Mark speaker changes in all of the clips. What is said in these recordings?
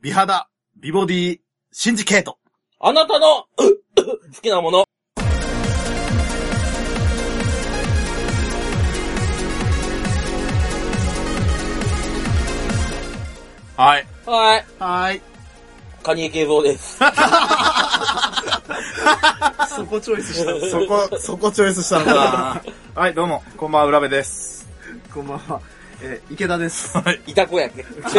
Speaker 1: 美肌、美ボディ、シンジケート。
Speaker 2: あなたの、 好きなもの。
Speaker 1: はい。
Speaker 2: はい。
Speaker 1: はい。
Speaker 2: カニエケイボー です。
Speaker 3: そこチョイスしたんです
Speaker 1: そこ、 そこチョイスしたのかな。 はい、どうも、こんばんは、浦部です。
Speaker 3: こんばんは。えー、池田です。
Speaker 2: いたこや け。いた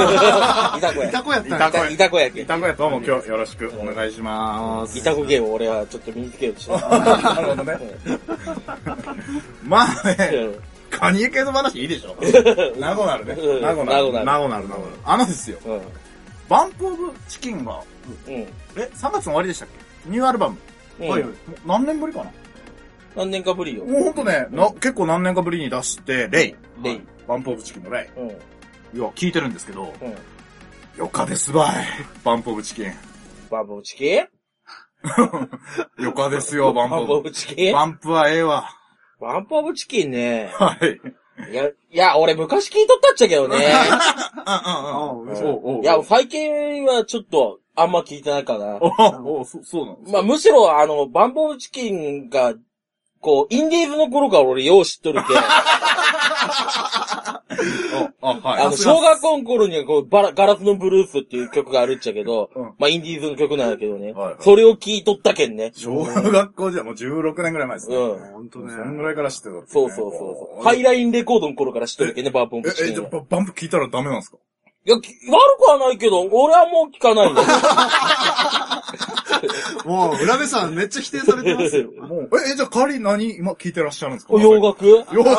Speaker 2: こや。
Speaker 3: いたこやった
Speaker 1: いた
Speaker 3: ら
Speaker 1: こ
Speaker 2: いたこやけ。
Speaker 1: いたこやどうも今日よろしくお願いします。
Speaker 2: いたこ芸を俺はちょっと身につけようとして
Speaker 1: なるほどね。まあね、
Speaker 2: る。
Speaker 1: カニエ系の話いいでし ょなごなるね
Speaker 2: う。ん
Speaker 1: なごなる。
Speaker 2: なごな
Speaker 1: なごなる、
Speaker 2: る
Speaker 1: なごなる。あのですよ、
Speaker 2: うん。うん
Speaker 1: バンプオブチキンが、
Speaker 2: うん。
Speaker 1: え、3月の終わりでしたっけニューアルバム。
Speaker 2: うん
Speaker 3: はいはい。
Speaker 1: もう何年ぶりかな
Speaker 2: 何年かぶりよ。
Speaker 1: もうほんとね、な結構何年かぶりに出して、レイ。
Speaker 2: レイ。
Speaker 1: バンプオブチキンのレ
Speaker 2: うん。
Speaker 1: イ。いや、聞いてるんですけど、
Speaker 2: うん。
Speaker 1: よかですばい。バンプオブチキン。
Speaker 2: バンボブチキ
Speaker 1: よかですよ、バンプ
Speaker 2: バンボ
Speaker 1: オ
Speaker 2: ブチキ
Speaker 1: ブ。バンプはええわ。
Speaker 2: バンボブチキね。
Speaker 1: はい。
Speaker 2: いや、いや、俺昔聞いとったっちゃけどね。
Speaker 1: あ
Speaker 3: あ
Speaker 1: うんうんうん。
Speaker 3: 嘘
Speaker 1: おうおう
Speaker 2: いや、最近はちょっと、あんま聞いてないかな。
Speaker 1: おうおうそそうなんです
Speaker 2: まあ、むしろ、あの、バンボーチキンが、こう、インディーズの頃から俺よう知っとる け、
Speaker 1: あ、あはい。
Speaker 2: あの、小学校の頃にはこう、バラガラスのブルースっていう曲があるっちゃけど、
Speaker 1: うん
Speaker 2: まあ、インディーズの曲なんやけどね、
Speaker 1: はいはい
Speaker 2: それを聞いとったけんね。
Speaker 1: 小学校じゃもう16年ぐらい前ですね。
Speaker 2: うん
Speaker 3: ほんとね
Speaker 1: そ。んぐらいから知ってたってね、
Speaker 2: そうそうそうそう。
Speaker 1: は
Speaker 2: ハ
Speaker 1: い。
Speaker 2: イラインレコードの頃から知っとるけんね、バンボー
Speaker 1: え
Speaker 2: ブチ、
Speaker 1: え、
Speaker 2: キ
Speaker 1: じ
Speaker 2: ン
Speaker 1: ゃ
Speaker 2: は。
Speaker 1: あバンプ聞いたらダメなんですか
Speaker 2: いや、き悪くはないけど、俺はもう聞 かないんだよ。
Speaker 3: もう、浦部さんめっちゃ否定されてますよ。
Speaker 1: もう、え、え、じゃあ仮に何今聞いてらっしゃるんですか
Speaker 2: 洋。楽
Speaker 1: 洋楽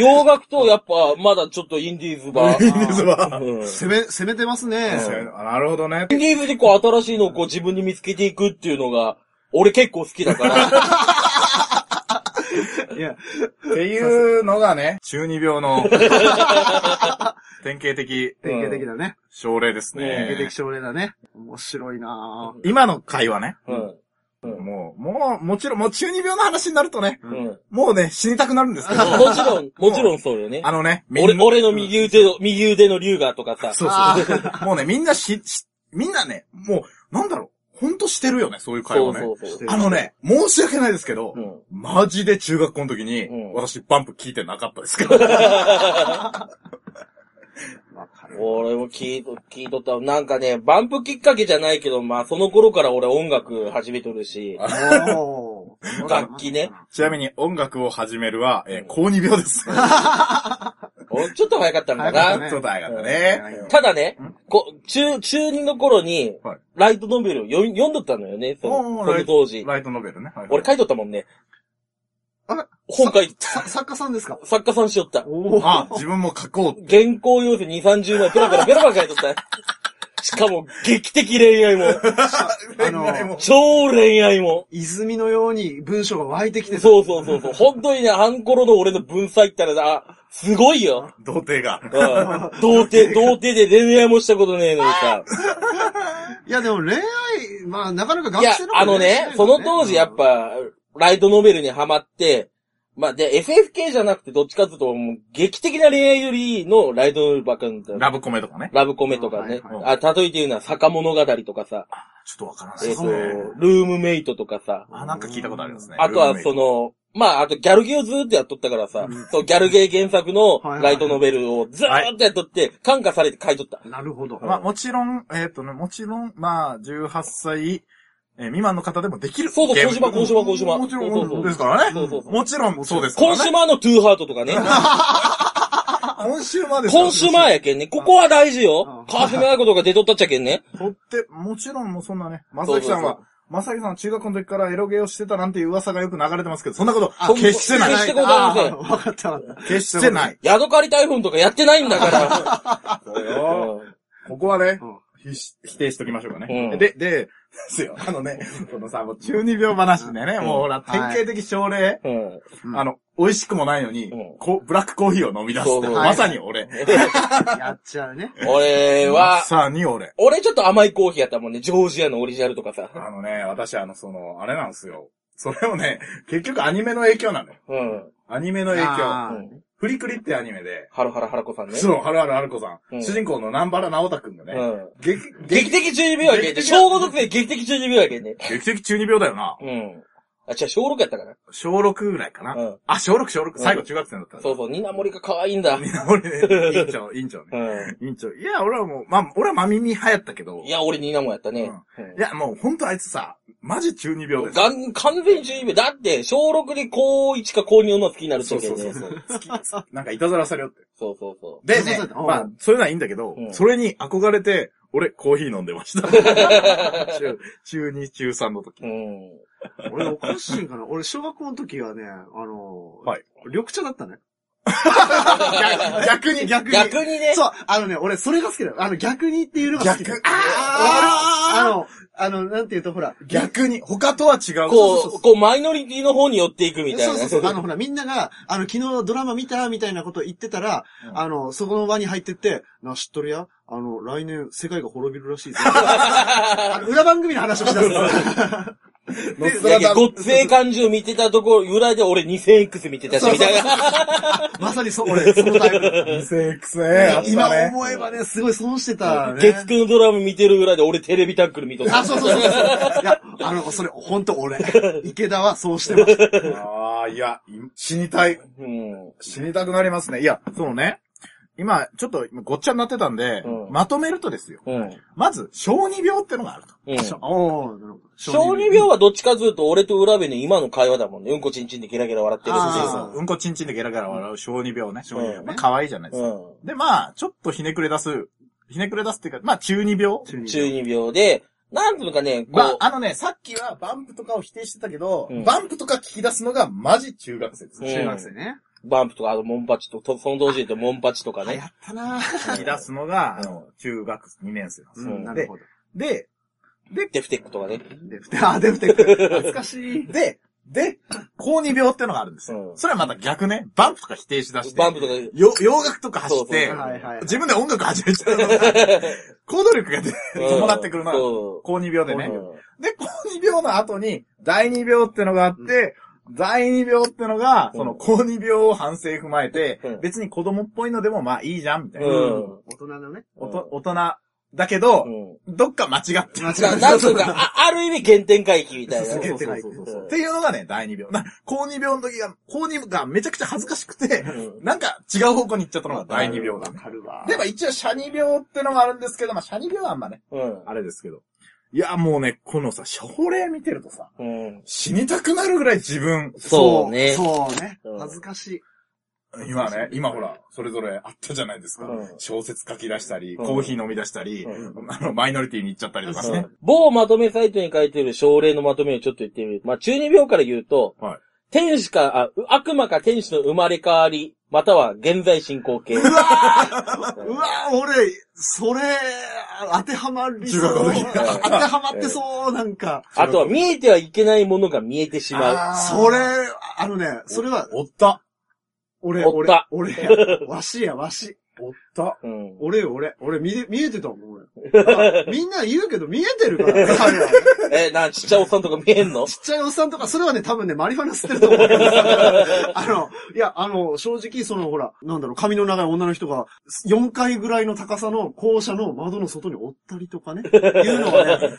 Speaker 2: 洋楽と、やっぱ、まだちょっとインディーズが。
Speaker 1: いいですわ。
Speaker 2: うん
Speaker 3: 攻め、攻めてます
Speaker 1: そうい
Speaker 3: ね。
Speaker 1: うのあなるほどね
Speaker 2: イ。ンディーズでこう新しいのをこう自分に見つけていくっていうのが、俺結構好きだから。
Speaker 3: いや、
Speaker 1: っていうのがね、中二病 の典型的
Speaker 3: 典型的だね。
Speaker 1: 症例です
Speaker 2: うん
Speaker 3: 典型
Speaker 1: ね
Speaker 3: 的。症例だね。面白いなぁ。
Speaker 1: 今の会話ね。
Speaker 2: うん。
Speaker 1: もう、もう、もちろん、もう中二病の話になるとね、
Speaker 2: うん。も
Speaker 1: もうね、死にたくなるんですけど、
Speaker 2: ちろん、もちろんそうよね。
Speaker 1: あのね、み
Speaker 2: 俺、
Speaker 1: んな、
Speaker 2: 俺の右腕の、右腕の龍がとかさ。
Speaker 1: そう
Speaker 3: あ
Speaker 1: そう。もうね、みんなし、しみんなね、もう、なんだろう、ほんとしてるよね、そういう会
Speaker 2: そ
Speaker 1: 話
Speaker 2: う
Speaker 1: ね。
Speaker 2: そうそう。
Speaker 1: あのね、申し訳ないですけど、
Speaker 2: うん
Speaker 1: マジで中学校の時に、
Speaker 2: うん
Speaker 1: 私バンプ聞いてなかったですけ ど。
Speaker 3: わかる。
Speaker 2: 俺も聞いと、聞いとった。なんかね、バンプきっかけじゃないけど、まあその頃から俺音楽始めとるし、
Speaker 3: おー
Speaker 2: 楽器ね。
Speaker 1: ちなみに音楽を始めるは、えー、高二病 です。ちょ
Speaker 2: おちょっと早かったんだ
Speaker 3: 早か
Speaker 2: な。
Speaker 3: ったね
Speaker 1: っと早かったね。
Speaker 2: ただね、こ中、中2の頃に
Speaker 1: はい、
Speaker 2: ライトノベルを読み読んどったのよね、そ
Speaker 1: お
Speaker 2: の
Speaker 1: ー
Speaker 2: その当時。
Speaker 1: ライトノベルね。はいはい
Speaker 2: 俺書いとったもんね。
Speaker 3: あれ
Speaker 2: 本書い、
Speaker 3: さ作家さんですか
Speaker 2: 作家さんしよった。
Speaker 3: おー
Speaker 1: あ、自分も書こう。
Speaker 2: 原稿用紙2、30枚ペラペラペラペラ書いとった。しかも、劇的恋愛も、
Speaker 3: あの
Speaker 1: 恋愛も
Speaker 2: 超恋愛も。
Speaker 3: 泉のように文章が湧いてきて
Speaker 2: そうそうそうそう。本当にね、あの頃の俺の文才ったらさ、すごいよ。
Speaker 1: 童貞が。
Speaker 2: うん。童 貞、童貞で恋愛もしたことねえのにさ。
Speaker 3: いや、でも恋愛、まあ、なかなか
Speaker 2: い
Speaker 3: 学
Speaker 2: や
Speaker 3: 生、
Speaker 2: あ
Speaker 3: の
Speaker 2: の
Speaker 3: 頃ね
Speaker 2: ね、その当時やっ、ぱ、ライトノベルにハマって、まあ、で、FFK じゃなくてどっちかっていうと、もう劇的な恋愛よりのライトノベルばっかりだった
Speaker 1: ラブコメとかね。
Speaker 2: ラブコメとかね。
Speaker 3: は
Speaker 1: は
Speaker 3: い
Speaker 2: あ、例えて言うのは、坂物語とかさ、
Speaker 1: ちょっとわからない
Speaker 2: え
Speaker 1: で
Speaker 2: っ、
Speaker 1: す
Speaker 2: と、
Speaker 1: ね。
Speaker 2: ルームメイトとかさ、
Speaker 1: あ、なんか聞いたことありますね。
Speaker 2: あとはそ
Speaker 1: の、
Speaker 2: の、まあ、あとギャルゲーをずーっとやっとったからさ、そう、ギャルゲー原作の
Speaker 3: はいはい
Speaker 2: ライトノベルをずーっとやっとって、感化されて書いとった。
Speaker 3: なるほど。
Speaker 1: まあもちろん、えっとね、もちろん、まあ、18歳、えー未満の方でもできる。
Speaker 2: そうそう、
Speaker 1: ゲー
Speaker 2: 小
Speaker 1: ム
Speaker 2: 島、小島、小島。
Speaker 1: もち
Speaker 2: そ
Speaker 1: ろ
Speaker 2: うそ
Speaker 1: ん、
Speaker 2: う
Speaker 1: ですからね。
Speaker 2: そうそうそう
Speaker 1: もちろん、そうですから
Speaker 2: 今
Speaker 1: ね。
Speaker 2: 週もあのトゥーハートと かね。
Speaker 1: 今週まで。
Speaker 2: 今週前やけんね。ここは大事よ。
Speaker 3: あ
Speaker 2: 川島愛子とか出とったっちゃけんね。
Speaker 1: とって、もちろんもうそんなね、まさきさん
Speaker 2: そうそう
Speaker 1: は、まさきさんは中学校の時からエロゲーをしてたなんていう噂がよく流れてますけど、そんなこと
Speaker 2: そ、ん
Speaker 1: 決してな
Speaker 2: 決
Speaker 1: い。
Speaker 2: してございません
Speaker 3: あーわかったわかった。
Speaker 1: 決してない。
Speaker 2: ヤドカリ台風とかやってないんだか
Speaker 1: そう
Speaker 2: ら。
Speaker 1: よ
Speaker 2: うん
Speaker 1: ここはね
Speaker 3: うん、
Speaker 1: ひし否定しときましょうかね。
Speaker 2: うん
Speaker 1: で、で、ですよ。あのね、このさ、もう中二病話でね、もうほら、典型的症例、
Speaker 2: うん。
Speaker 3: うん
Speaker 1: あの、美味しくもないのに
Speaker 2: うん、
Speaker 1: こうブラックコーヒーを飲み出す
Speaker 2: そ
Speaker 1: っ
Speaker 2: う
Speaker 1: て、
Speaker 2: そう
Speaker 1: まさに俺。
Speaker 3: やっちゃうね。
Speaker 2: 俺
Speaker 1: ま
Speaker 2: は、
Speaker 1: さに俺。
Speaker 2: 俺ちょっと甘いコーヒーやったもんね。ジョージアのオリジナルとかさ。
Speaker 1: あのね、私あの、その、あれなんですよ。それをね、結局アニメの影響なのよ。
Speaker 2: うん。
Speaker 1: アニメの影響。
Speaker 3: あー
Speaker 1: フリクリってアニメで、
Speaker 2: ハロハラハラコさんね。う。
Speaker 1: そう、ハルハルハルコさ
Speaker 2: うん
Speaker 1: ん、主人公の南原直太くんがね、
Speaker 2: ん。
Speaker 1: 劇、劇、
Speaker 2: 劇的中二病やけんね。
Speaker 1: 劇的
Speaker 2: 小5の時で劇的中二病やけんね。
Speaker 1: 劇的中二病だよな。
Speaker 2: うん。あ、違う、小6やったかな。
Speaker 1: 小6ぐらいかな。
Speaker 2: うん。
Speaker 1: あ、小6、小6、
Speaker 2: ん
Speaker 1: 最後中学生だったんだ
Speaker 2: そうそう、ニナモリが可愛いんだ。
Speaker 1: いや、俺ね、委員長、委員長ね。
Speaker 2: う
Speaker 1: 委員長。いや、俺はもう、まあ、俺は真耳流行ったけど。
Speaker 2: ん。
Speaker 1: い
Speaker 2: い
Speaker 1: や、
Speaker 2: や、俺ニナモやったね。
Speaker 1: もうほんとあいつさ、マジ中二病です。
Speaker 2: がん、完全中二病。だって、小6で高1か高2女好きになるって
Speaker 1: そう
Speaker 2: わけ
Speaker 1: そ
Speaker 2: ね。
Speaker 1: う
Speaker 2: そ
Speaker 1: そううそう。好き、好きなんかいたずらされよって。
Speaker 2: そうそ
Speaker 1: でね
Speaker 3: そうそう、そう
Speaker 1: まあ、そういうのはいいんだけど、
Speaker 2: うん
Speaker 1: それに憧れて、俺、コーヒー飲んでま した。中、中2、中3の時
Speaker 2: う。。うん。
Speaker 3: 俺おかしいんかな。俺小学校の時はね、あの、
Speaker 1: はい
Speaker 3: 緑茶だったね。
Speaker 1: 逆に、逆に。
Speaker 2: 逆にね。
Speaker 3: そう、あのね、俺それが好きだよ。あの逆にっていうのが好きだよ
Speaker 1: 逆あ
Speaker 3: あああの、あの、なんていうとほら、
Speaker 1: 逆に、他とは違う。
Speaker 2: こ
Speaker 1: そう
Speaker 2: う、こう、マイノリティの方に寄っていくみたいな。
Speaker 3: そうそうそう。あの、ほら、みんなが、あの、昨日ドラマ見たみたいなこと言ってたら、
Speaker 1: うん
Speaker 3: あの、そこの輪に入ってって、な、知っとるやあの、来年世界が滅びるらしいぜ。あの、裏番組の話をしだす。
Speaker 1: そうで
Speaker 2: いやいや
Speaker 1: そ
Speaker 2: ごっ
Speaker 1: の
Speaker 2: つええ感じを見てたところ、裏で俺 2000X 見てたし、
Speaker 3: そう
Speaker 2: みたいな。
Speaker 3: まさにそう、俺、そのタイプ。
Speaker 1: 二世育成、 あったね
Speaker 3: 今思えばね、すごい損してた、ね。
Speaker 2: 月9のドラム見てる裏で俺テレビタックル見とった
Speaker 3: あ、。そうそうそうそう。いや、あの、それ、ほんと俺。池田はそうしてました。
Speaker 1: ああ、いや、い死にたい。
Speaker 2: うん。
Speaker 1: 死にたくなりますね。いや、そうね。今、ちょっと今ごっちゃになってたんで、
Speaker 2: うん
Speaker 1: まとめるとですよ。
Speaker 2: うん。
Speaker 1: まず、小児病ってのがあると。
Speaker 2: うん。
Speaker 3: おーなるほど
Speaker 2: 小児病はどっちかずうと俺と裏部の今の会話だもんね。うんこちんちんでゲラゲラ笑ってるし。
Speaker 3: あー
Speaker 1: そうそうそう。うんこちんちんでゲラゲラ笑う小児病ね。
Speaker 3: 小児病ね
Speaker 1: まあ、可愛いじゃないですか。
Speaker 2: う
Speaker 1: で、まあ、ちょっとひねくれ出す。ひねくれ出すっていうか、まあ、中二病。
Speaker 3: 中
Speaker 2: ん。
Speaker 3: 二
Speaker 2: 中二病で、なんていうのかね、こう、
Speaker 1: まあ、あのね、さっきはバンプとかを否定してたけど、
Speaker 2: うん
Speaker 1: バンプとか聞き出すのがマジ中学生です。
Speaker 2: うん
Speaker 3: 中学生ね。
Speaker 2: バンプとか、あの、モンパチと、とその同時に言うとモンパチとか
Speaker 3: 流
Speaker 2: ね
Speaker 3: 行。ったなぁ。
Speaker 1: 聞き出すのが、あの、中学2年生なんです
Speaker 3: う
Speaker 1: よ
Speaker 3: ん、なるほど。
Speaker 1: で、
Speaker 2: デフテックとかね。
Speaker 3: デフテあ、デフテック。懐かしい。
Speaker 1: で、で、高二病ってのがあるんですよ。
Speaker 2: うん
Speaker 1: それはまた逆ね。バンプとか否定しだして。
Speaker 2: バンプとか、
Speaker 1: よ洋楽とか走って、
Speaker 2: そうそう
Speaker 3: はいはい。
Speaker 1: 自分で音楽始めち ゃうのが、行動力がね
Speaker 2: う ん
Speaker 1: 伴ってくるな。
Speaker 2: そ
Speaker 1: 高二病
Speaker 2: う。
Speaker 1: でね
Speaker 2: う。ん
Speaker 1: で、高二病の後に、第二病ってのがあって、第二病ってのが、
Speaker 2: うん
Speaker 1: その高二病を反省踏まえて
Speaker 2: うん、
Speaker 1: 別に子供っぽいのでもまあいいじゃん、みたいな。
Speaker 2: うん
Speaker 3: 大人のね。
Speaker 1: おと大人だけど
Speaker 2: う、ん。
Speaker 1: どっか間違ってる。
Speaker 3: 間違って
Speaker 2: な
Speaker 3: る
Speaker 2: なんとか、あ、ある意味原点回帰みたいな。
Speaker 1: そうそうそうそうそうっていうのがね、第二病。な、高二病の時が、高二がめちゃくちゃ恥ずかしくて、
Speaker 2: うん
Speaker 1: なんか違う方向に行っちゃったのが第二病だ
Speaker 3: わ
Speaker 1: ね。
Speaker 3: かるわ。
Speaker 1: でも一応、シャニ病ってのもあるんですけど、まあ、シャニ病はあんまね、
Speaker 2: うん。
Speaker 1: あれですけど。いや、もうね、このさ、症例見てるとさ、
Speaker 2: うん。
Speaker 1: 死にたくなるぐらい自分、
Speaker 2: そうね。
Speaker 3: そうね
Speaker 2: う。ん
Speaker 3: 恥ずかしい。
Speaker 1: 今ね、今ほら、それぞれあったじゃないですか。
Speaker 2: うん
Speaker 1: 小説書き出したり、
Speaker 2: うん
Speaker 1: コーヒー飲み出したり、
Speaker 2: う
Speaker 1: あの、マイノリティに行っちゃったりとか
Speaker 2: う
Speaker 1: ね
Speaker 2: ん。某まとめサイトに書いてる症例のまとめをちょっと言ってみる。まあ、中二病から言うと、
Speaker 1: はい
Speaker 2: 天使か、あ、悪魔か天使の生まれ変わり、または現在進行形。
Speaker 3: うわぁ、俺、それ、当てはまりそう。
Speaker 1: 中
Speaker 3: 当
Speaker 1: 学
Speaker 3: て
Speaker 1: の時
Speaker 3: はまってそう、なんか。
Speaker 2: あとは見えてはいけないものが見えてしまう。
Speaker 3: それ、あのね、それは、
Speaker 1: おった。
Speaker 3: 俺、
Speaker 2: おった
Speaker 3: 俺、俺や、わしや、わし。
Speaker 1: おった。
Speaker 2: うん。
Speaker 3: 俺よ、俺。俺、見え、見えてたもん、 俺。あみんな言うけど、見えてるからね、彼は。
Speaker 2: え、な、ちっちゃいおっさんとか見え んの
Speaker 3: ちっちゃいおっさんとか、それはね、多分ね、マリファナ吸ってると思うけどさあの、いや、あの、正直、その、ほら、なんだろう、髪の長い女の人が、4階ぐらいの高さの校舎の窓の外におったりとかね、いうのは ね、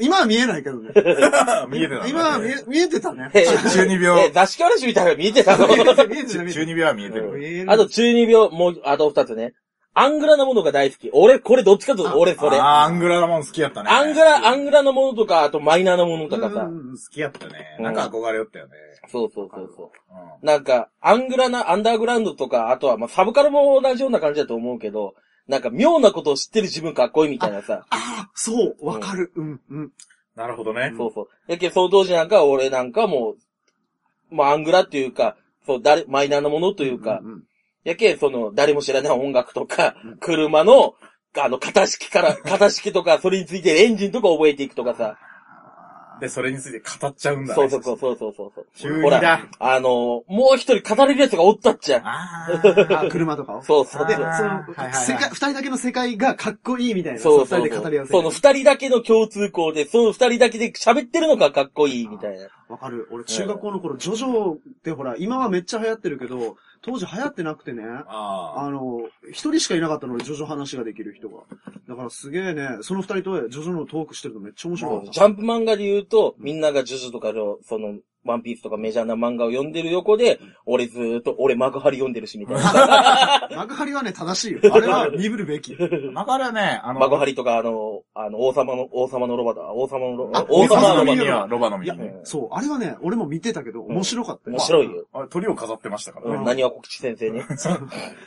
Speaker 3: 今は見えないけどね。
Speaker 1: 見えてた、
Speaker 3: 今は見え、見えてたね。
Speaker 2: え、
Speaker 1: 中二病
Speaker 2: え、座敷わらしみたいなの見えてたの
Speaker 3: 見えてた、見えてた、見え
Speaker 1: 中
Speaker 3: て
Speaker 1: 二病は見えて
Speaker 3: た。
Speaker 1: る。
Speaker 3: 見える
Speaker 2: あと、中二病、もう、あと二つね。アングラなものが大好き。俺、これどっちかというと俺、それ。
Speaker 1: あーアングラなもん好きやったね。
Speaker 2: アングラ、アングラのものとか、あとマイナーなものとかさ
Speaker 3: う。んうんうん
Speaker 1: 好きやったね。
Speaker 2: うん
Speaker 1: なんか憧れよったよね。
Speaker 2: そうそうそうそう。
Speaker 1: う
Speaker 2: なんか、アングラな、アンダーグラウンドとか、あとは、まあ、サブカルも同じような感じだと思うけど、なんか、妙なことを知ってる自分かっこいいみたいなさ。
Speaker 3: あ、そう、わかる。うん、うん。
Speaker 1: ん。なるほどね。
Speaker 2: そうそう。やけどその当時なんかは、俺なんかはもう、まあ、アングラっていうか、そう、誰、マイナーなものというか、
Speaker 3: うんうん
Speaker 2: やけん、その、誰も知らない音楽とか、車の、あの、型式から、型式とか、それについてるエンジンとか覚えていくとかさ。
Speaker 1: で、それについて語っちゃうんだね。
Speaker 2: そうそうそうそうそうそう。
Speaker 1: 急に
Speaker 2: ほら
Speaker 1: だ。
Speaker 2: あの、もう一人語れるやつがおったっちゃ。
Speaker 1: あー
Speaker 3: あ、車とかを。
Speaker 2: そうそう
Speaker 3: で、
Speaker 2: そう
Speaker 3: そ
Speaker 1: あ
Speaker 3: の、
Speaker 1: ーはいはいはい
Speaker 3: 世界、二人だけの世界がかっこいいみたいな。
Speaker 2: そうそう
Speaker 3: 二人で語り合わせ
Speaker 2: その二人だけの共通項で、その二人だけで喋ってるのがかっこいいみたいな。
Speaker 3: わかる。俺、中学校の頃、ジョジョってほら、今はめっちゃ流行ってるけど、当時流行ってなくてね、
Speaker 1: あ
Speaker 3: あの、一人しかいなかったので、ジョジョ話ができる人が。だからすげえね、その二人とジョジョのトークしてるのめっちゃ面白かった。
Speaker 2: ジャンプ漫画で言うと、みんながジュジュとかの、その、ワンピースとかメジャーな漫画を読んでる横で、俺ずーっと、俺幕張読んでるし、みたいな。
Speaker 3: 幕張はね、正しいよ。あれは鈍るべき。
Speaker 1: あ。だからね、あの、
Speaker 2: 幕張とか、あの、あの、王様の、王様のロバだ。王様のロ
Speaker 3: あ
Speaker 2: バ。
Speaker 1: 王
Speaker 2: 王様
Speaker 1: 様の
Speaker 2: のロバ
Speaker 1: 身
Speaker 2: だ。
Speaker 1: にはロバの
Speaker 3: い
Speaker 1: 身
Speaker 3: や
Speaker 1: に。、
Speaker 3: そう、あれはね、俺も見てたけど、面白かったよ。
Speaker 2: 面白いよ。
Speaker 1: あれ、鳥を飾ってましたから
Speaker 3: うん
Speaker 1: ね。
Speaker 2: 何は告知先生に。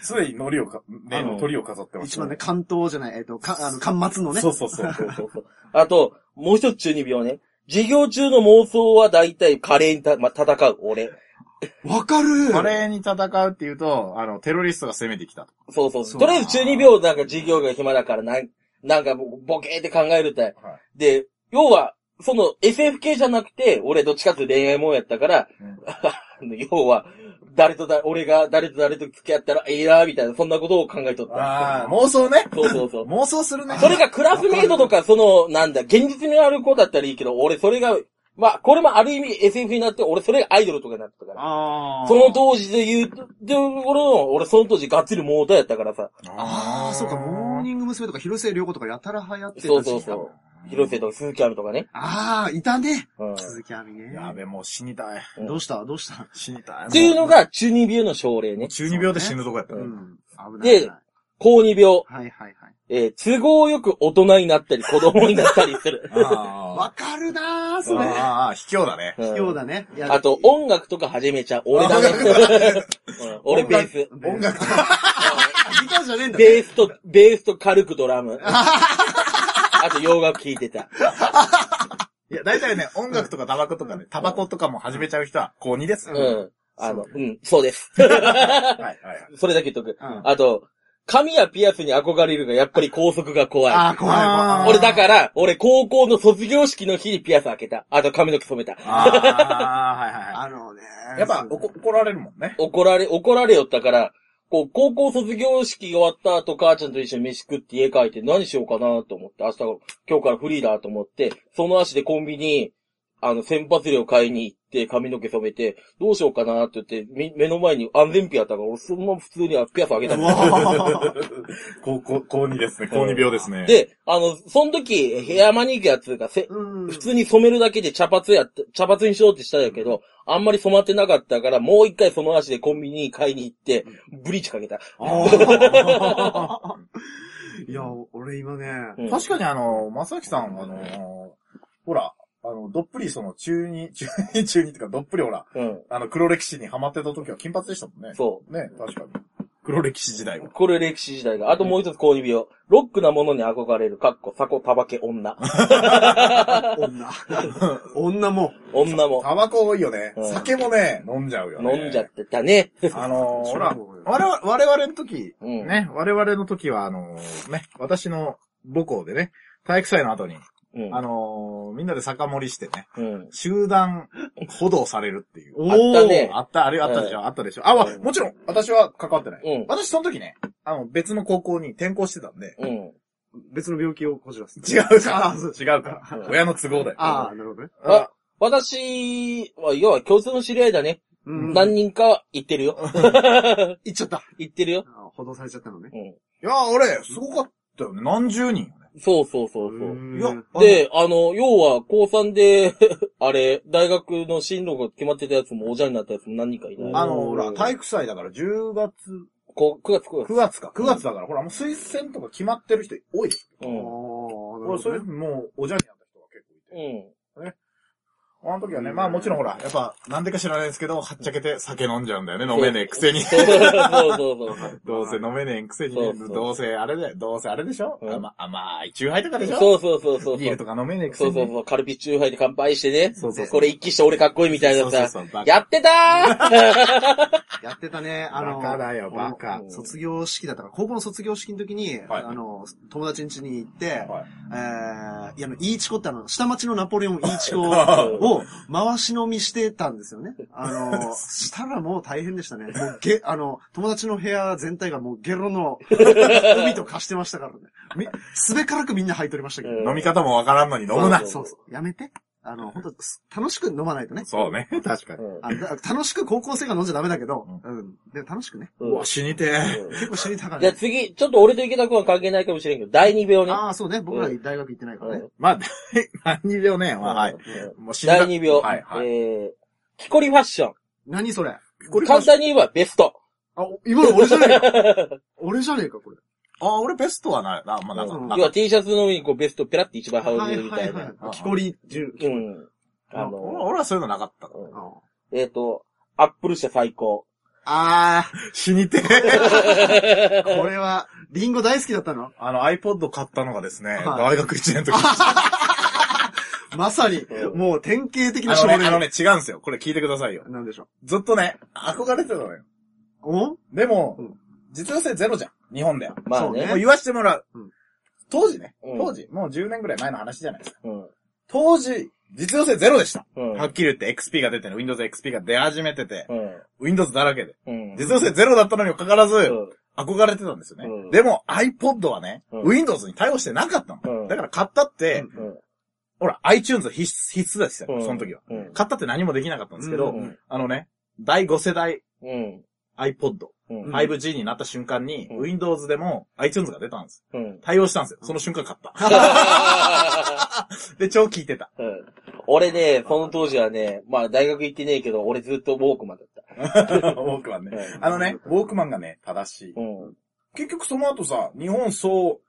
Speaker 1: 常に鳥をか、ね
Speaker 3: あの、
Speaker 1: 鳥を飾ってまし
Speaker 3: 一
Speaker 1: た
Speaker 3: 番ね、関東じゃない、えっと、か、あの、巻末のね。
Speaker 1: そうそう そう。
Speaker 2: そうそうそう。あと、もう一つ中二病ね。授業中の妄想は大体華麗にた、ま、戦う、俺。
Speaker 3: わかる
Speaker 1: 華麗に戦うっていうと、あの、テロリストが攻めてきたと。
Speaker 2: そうそう。
Speaker 3: そう
Speaker 2: とりあえず中二病なんか授業が暇だから、なん、なんかもうボケーって考えるたい。
Speaker 1: は
Speaker 2: で、要は、その SF 系じゃなくて、俺どっちかっていうと恋愛もんやったから、あ の要は、誰とだ、俺が誰と誰と付き合ったらええな、みたいな、そんなことを考えとった。
Speaker 1: ああ、妄想ね。
Speaker 2: そうそうそう。
Speaker 1: 妄想するね。
Speaker 2: それがクラスメイトとか、その、なんだ、現実にある子だったらいいけど、俺それが、まあ、これもある意味 SF になって、俺それがアイドルとかになったから。
Speaker 3: あー
Speaker 2: その当時で言うと、で、俺の、俺その当時ガッツリモーターやったからさ、
Speaker 3: ああ、そうか、モー
Speaker 1: う
Speaker 3: ニング娘。とか広末涼子とかやたら流行ってた
Speaker 2: そうそうそ
Speaker 3: 時期
Speaker 2: う
Speaker 3: か。
Speaker 2: 広瀬とか鈴木亜美とかね。
Speaker 3: ああ、いたね。
Speaker 2: うん。っ
Speaker 3: 鈴木亜美ね。
Speaker 1: やべ、もう死にたい。
Speaker 3: どうしたどうした
Speaker 1: 死にたい。
Speaker 2: ていうのが中二病の症例ね。
Speaker 1: 中二病で死ぬとこやった
Speaker 3: う
Speaker 1: よ。。
Speaker 3: ん。危ない危ない。
Speaker 2: 高二病、
Speaker 3: はいはいはい。
Speaker 2: えー都合よく大人になったり子供になったりする
Speaker 1: あ
Speaker 3: わかるなー、
Speaker 1: ー
Speaker 3: それ。
Speaker 1: あー、卑怯だね。
Speaker 2: うん
Speaker 3: 今日だね。いや
Speaker 2: あと、音楽とか始めちゃう。俺だね。うん俺ベース。
Speaker 1: 音 楽。
Speaker 3: ギターじゃねえんだ。
Speaker 2: ベースと、ベースと軽くドラム。あと洋楽聴いてた。
Speaker 1: いや、大体ね、音楽とかタバコとかね、タバコとかも始めちゃう人は、高2です。
Speaker 2: う
Speaker 1: はい
Speaker 2: ん。あの、うん、そうです。
Speaker 1: はいはい。
Speaker 2: それだけ言っとく。
Speaker 3: うん
Speaker 2: あと、髪やピアスに憧れるがやっぱり高速が怖い。
Speaker 3: あー、怖い
Speaker 1: あー
Speaker 3: 怖い。
Speaker 2: 俺だから、俺高校の卒業式の日にピアス開けた。あと髪の毛染めた。
Speaker 1: ああ、はいはいは
Speaker 3: あのね。
Speaker 1: い。やっぱ、怒怒られるもん ね。
Speaker 2: 怒られ、怒られよったから、こう、高校卒業式終わった後、母ちゃんと一緒に飯食って家帰って何しようかなと思って、明日、今日からフリーだと思って、その足でコンビニ、あの、洗髪料買いに行って、髪の毛染めて、どうしようかなって言って、み目の前に安全ピアだったから、俺そのまま普通にピアスあげた
Speaker 3: う
Speaker 2: の
Speaker 3: わ
Speaker 1: 高校、高2ですね。高2病ですね。
Speaker 2: で、あの、その時、ヘアマニキュアっつうか、せ
Speaker 3: ーうん。
Speaker 2: 普通に染めるだけで茶髪やって、茶髪にしようってしたんやけど、あんまり染まってなかったから、もう一回その足でコンビニに買いに行って、ブリーチかけた。
Speaker 3: あーいや、俺今ね。
Speaker 2: うん
Speaker 1: 確かにあの、まさきさん、あの、ほら、あの、どっぷりその、中二、中二、中二っていうか、どっぷりほら、
Speaker 2: うん。
Speaker 1: あの、黒歴史にハマってた時は金髪でしたもんね。
Speaker 2: そう。
Speaker 1: ね、確かに。黒歴史時代は。
Speaker 2: これ歴史時代が。あともう一つ高二病。ロックなものに憧れる、かっこ、サコ、タバケ、 女。
Speaker 3: 女。女も。
Speaker 2: 女も
Speaker 1: タバコ多いよね
Speaker 2: う。ん
Speaker 1: 酒もね、飲んじゃうよね。
Speaker 2: 飲んじゃってたね。
Speaker 1: あのー、ほら、
Speaker 3: そう
Speaker 1: 我々、我々の時、
Speaker 2: うん。
Speaker 1: ね、我々の時は、あのー、ね、私の母校でね、体育祭の後に、
Speaker 2: うん。
Speaker 1: あのー、みんなで酒盛りしてね、
Speaker 2: うん。
Speaker 1: 集団補導されるっていう。
Speaker 3: お
Speaker 2: あったね
Speaker 3: ー。
Speaker 1: あった、あれあったでしょ、あったでしょ。あ、わ
Speaker 2: うん
Speaker 1: もちろん、私は関わってない。
Speaker 2: うん。
Speaker 1: 私その時ね、あの、別の高校に転校してたんで、
Speaker 2: うん。
Speaker 3: 別の病気をこじらせて。
Speaker 1: 違うか、 違うか
Speaker 2: う、ん
Speaker 1: 親の都合だよ。
Speaker 3: ああ、なるほどね。
Speaker 2: あ私は、要は共通の知り合いだね。
Speaker 3: うん。
Speaker 2: 何人かは言ってるよ。
Speaker 3: 言っち ゃった。
Speaker 2: 言ってるよ。
Speaker 3: あー補導されちゃったのね。
Speaker 2: うん。
Speaker 1: いや、俺、すごかったよね。何十人よね。
Speaker 2: そうそうそうそう。
Speaker 3: うん
Speaker 1: いや、あの、
Speaker 2: で、あの、要は、高3で、 あれ、大学の進路が決まってたやつも、おじゃになったやつも何人かいない。
Speaker 1: あの、ほら、体育祭だから10月、
Speaker 2: こ9月9月。
Speaker 1: 9月か、9月だから、ほら、もう推薦とか決まってる人多いです。
Speaker 2: う
Speaker 3: ああ
Speaker 2: ん。
Speaker 3: ー、なるほ
Speaker 1: 俺、そ
Speaker 3: ど
Speaker 1: れ、
Speaker 3: ね。
Speaker 1: もう、おじゃになった人が結構いて。
Speaker 2: うん。
Speaker 1: あの時はね、
Speaker 3: うん
Speaker 1: まあもちろんほら、やっぱ、なんでか知らないですけど、はっちゃけて酒飲んじゃうんだよね、飲めねえく せに。
Speaker 2: そうそうそうそう。
Speaker 1: どうせ飲めねえくせに
Speaker 2: そ
Speaker 1: ね
Speaker 2: うそう、
Speaker 1: どうせあれだよ、どうせあれでしょ
Speaker 2: うん
Speaker 1: 甘甘いチューハイとかでしょ
Speaker 2: そうそうそうそう。
Speaker 1: ビールとか飲めねえくせ
Speaker 2: そう
Speaker 1: に
Speaker 2: そう
Speaker 1: ね。
Speaker 2: そう。カルピチューハイで乾杯してね。
Speaker 1: そうそうそう
Speaker 2: これ一気して俺かっこいいみたいな
Speaker 1: そう
Speaker 2: さ。
Speaker 1: そうそうバカ
Speaker 2: やってた
Speaker 3: やってたね。あの、
Speaker 1: バカだよ、バカ。
Speaker 3: 卒業式だったから、高校の卒業式の時に、
Speaker 1: はい
Speaker 3: あの、友達ん家に行って、
Speaker 1: はい
Speaker 3: えー、いや、あの、イーチコってあの、下町のナポレオンイーチ コ
Speaker 2: ー
Speaker 3: を回し飲みしてたんですよね。あの、したらもう大変でしたね。もうゲ、あの、友達の部屋全体がもうゲロの海と化してましたからね。みすべからくみんな入っておりましたけど。
Speaker 2: うん
Speaker 1: 飲み方もわからんのに飲むな
Speaker 2: そ。う
Speaker 3: そうそう。やめて。あの、本当楽しく飲まないとね。
Speaker 1: そうね、確 かに。
Speaker 2: うん。
Speaker 3: あだ楽しく高校生が飲んじゃダメだけど、うん。でも楽しくね。
Speaker 1: うわ、死にてー。
Speaker 2: うん
Speaker 3: 結構死に高い
Speaker 2: じゃあ
Speaker 3: ね。
Speaker 2: 次、ちょっと俺と池田君は関係ないかもしれんけど、第2秒ね。
Speaker 3: ああ、そうね。僕ら大学行ってないからね。
Speaker 1: まあ、 何に病ね、まあ、はい。
Speaker 2: うん
Speaker 1: もう死んだ
Speaker 2: 第2秒。
Speaker 1: はい、はい。
Speaker 2: えー、木こりファッション。
Speaker 3: 何それ
Speaker 1: これ
Speaker 2: 簡単に言えばベスト。
Speaker 3: あ、お今の俺じゃねえか。俺じゃねえか、これ。
Speaker 1: あ、俺ベストはない。あ、まあ、なんか、
Speaker 3: うん
Speaker 1: なん
Speaker 2: 要
Speaker 1: か
Speaker 2: は T シャツの上にこうベストペラって一枚羽織
Speaker 3: は
Speaker 2: れ
Speaker 3: い
Speaker 2: るみ
Speaker 3: は
Speaker 2: た
Speaker 3: い
Speaker 2: い
Speaker 3: は
Speaker 2: な。
Speaker 3: い。木こり銃。
Speaker 2: うん。あ
Speaker 1: 俺
Speaker 2: の、
Speaker 1: 俺はそういうのなかった。
Speaker 2: うん
Speaker 3: あ
Speaker 2: えっ、と、アップル社最高。
Speaker 3: あ
Speaker 1: 死にて
Speaker 3: ー、これは、リンゴ大好きだったの
Speaker 1: あの iPod 買ったのがですね、
Speaker 3: は
Speaker 1: 大学1年の時。あ
Speaker 3: まさに、もう典型的な少
Speaker 1: のね、あの
Speaker 3: 年。
Speaker 1: ね、違うんですよ。これ聞いてくださいよ。
Speaker 3: なんでしょ
Speaker 1: ずっとね、憧れてたのよ。
Speaker 3: う。お
Speaker 1: でも
Speaker 3: うん、
Speaker 1: 実用性ゼロじゃん。日本では。
Speaker 2: まあ
Speaker 3: そう
Speaker 1: もう
Speaker 2: ね。
Speaker 1: 言わしてもらう
Speaker 3: うん。
Speaker 1: 当時ね、
Speaker 2: うん
Speaker 1: 当時、もう10年ぐらい前の話じゃないですか。
Speaker 2: うん。
Speaker 1: 当時、実用性ゼロでした。
Speaker 2: うん。
Speaker 1: はっきり言って XP が出てね、Windows XP が出始めてて、
Speaker 2: うん。
Speaker 1: Windows だらけで。
Speaker 2: うん。
Speaker 1: 実用性ゼロだったのにもかかわらず、
Speaker 2: うん
Speaker 1: 憧れてたんですよね。
Speaker 2: うん
Speaker 1: でも iPod はね、
Speaker 2: うん
Speaker 1: Windows に対応してなかったの。
Speaker 2: うん
Speaker 1: だから買ったって、
Speaker 2: うん。
Speaker 1: ほら、iTunes 必須、必須だし、
Speaker 2: うん
Speaker 1: その時は。
Speaker 2: うん。
Speaker 1: 買ったって何もできなかったんですけど、
Speaker 2: うん
Speaker 1: あのね、第5世代
Speaker 2: うん。
Speaker 1: iPod、
Speaker 2: うん。
Speaker 1: 5G になった瞬間に、
Speaker 2: うん
Speaker 1: Windows でも iTunes が出たんです。
Speaker 2: うん。
Speaker 1: 対応したんですよ。その瞬間買った。 で、超聞いてた。
Speaker 2: うん俺ね、その当時はね、まあ大学行ってねえけど、俺ずっとウォークマンだった。
Speaker 1: ウォークマンね。
Speaker 2: う
Speaker 1: あのね、ウォークマンがね、正しい。
Speaker 2: ん。うん
Speaker 1: 結局その後さ、日本そ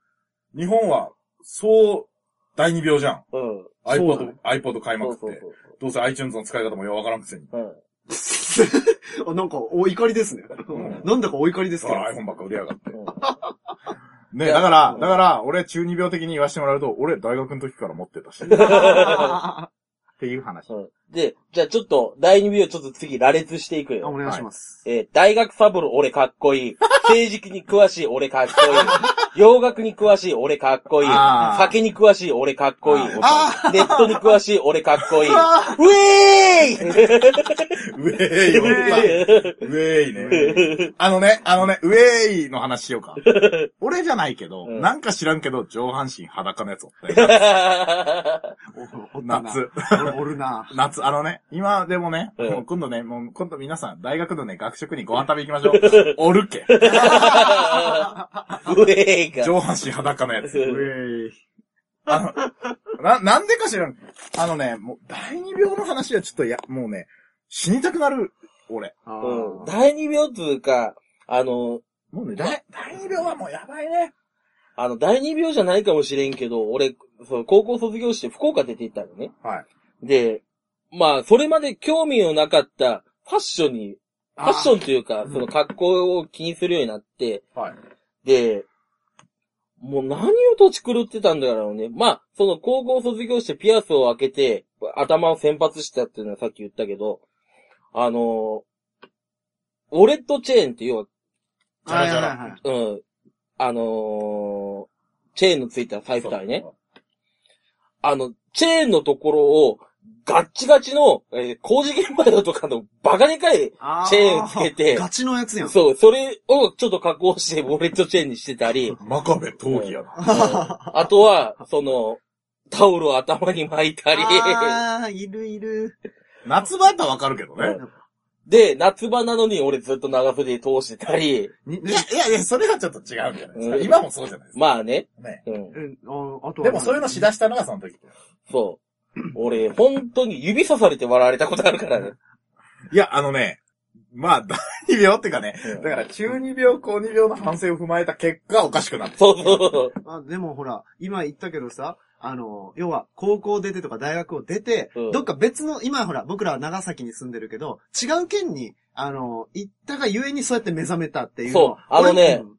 Speaker 1: う、日本は、そう、第2秒じゃん。
Speaker 2: うん。
Speaker 3: そうだ
Speaker 1: iPod
Speaker 3: ね、
Speaker 1: iPod 買いま
Speaker 2: そ
Speaker 1: くっ
Speaker 2: うそう
Speaker 1: て。どうせ iTunes の使い方もようわからんくせに。
Speaker 2: そう。うん。
Speaker 3: あなんか、お怒りですね。
Speaker 1: ん
Speaker 3: なんだかお怒りです
Speaker 1: だ
Speaker 3: けど
Speaker 1: か。ら iPhone ばっか売りやがって。
Speaker 2: うん
Speaker 1: ね
Speaker 2: いや
Speaker 1: だから
Speaker 2: う、ん
Speaker 1: だから、俺中二病的に言わせてもらうと、俺大学の時から持ってたし。っ
Speaker 3: あ
Speaker 1: ていう話。
Speaker 2: うんで、じゃあちょっと、第2秒ちょっと次羅列していく
Speaker 3: お
Speaker 2: よ。
Speaker 3: 願いします。
Speaker 2: えー大学サブロ俺かっこいい。政治に詳しい俺かっこ いい。洋楽に詳しい俺かっこいい。
Speaker 1: あー
Speaker 2: 酒に詳しい俺かっこいい。ネ
Speaker 1: あ
Speaker 2: ットに詳しい俺かっ こいい。 ウ
Speaker 3: あ
Speaker 2: ェーイ
Speaker 1: ウェーイ、おっぱいウェーイね。あのね、あのね、ウェーイの話しようか。俺じゃないけど、
Speaker 2: うん
Speaker 1: なんか知らんけど、上半身裸のやつおった よ
Speaker 3: おおったな
Speaker 1: 夏。
Speaker 3: おおるな。
Speaker 1: 夏、あのね、今でもね、
Speaker 2: うん
Speaker 1: もう今度ね、もう今度皆さん、大学のね、学食にご飯食べ行きましょ う。おるけ。
Speaker 2: ウェーイか。
Speaker 1: 上半身裸のやつ。
Speaker 3: ウェイ。
Speaker 1: あの、な、なんでか知らん。あのね、もう、第二病の話はちょっと、いや、もうね、死にたくなる、俺。
Speaker 3: あー
Speaker 2: うん。第2秒つうか、あの、
Speaker 1: もうね、第第二病はもうやばいね。
Speaker 2: あの、第2秒じゃないかもしれんけど、俺、そう高校卒業して福岡出て行ったのね。
Speaker 1: はい。
Speaker 2: で、まあ、それまで興味のなかったファッションに、ファッションというか、その格好を気にするようになって、
Speaker 1: はい。
Speaker 2: で、もう何を土地狂ってたんだろうね。まあ、その高校卒業してピアスを開けて、頭を先発したっていうのはさっき言ったけど、あのオレットチェーンって要は、
Speaker 1: チャラチャラ
Speaker 3: はいはいはい
Speaker 2: うん、あのーチェーンのついた財布体ね。あの、チェーンのところを、ガッチガチの、えー工事現場だとかのバカでかい、
Speaker 3: あ
Speaker 2: チェーンつけて
Speaker 3: ガチのやつや ん。
Speaker 2: そう、それをちょっと加工して、ウォレットチェーンにしてたり、 うん
Speaker 1: 真壁闘技やな。
Speaker 2: あとは、その、タオルを頭に巻いたり、
Speaker 3: ああ、いるいる。
Speaker 1: 夏場やったらわかるけどね。
Speaker 2: で、夏場なのに俺ずっと長袖通してた り、
Speaker 1: いや、いや、いや、それはちょっと違うじゃないですか。
Speaker 2: うん
Speaker 1: 今もそうじゃないですか。
Speaker 2: まあね、
Speaker 1: ね。
Speaker 2: うん、
Speaker 3: うんああとは
Speaker 1: でもそういうのしだしたのがその時。
Speaker 2: そう。俺、本当に指さされて笑われたことあるからね。
Speaker 1: いや、あのね、まあ、第二病ってかね、
Speaker 2: うん
Speaker 1: だから中二病、高二病の反省を踏まえた結果おかしくなった。
Speaker 2: そうそうそう。
Speaker 3: まあでもほら、今言ったけどさ、あの、要は、高校出てとか大学を出て、
Speaker 2: うん
Speaker 3: どっか別の、今ほら、僕らは長崎に住んでるけど、違う県に、あの、行ったがゆえにそうやって目覚めたっていうのは。
Speaker 2: そうあのね
Speaker 3: 俺も、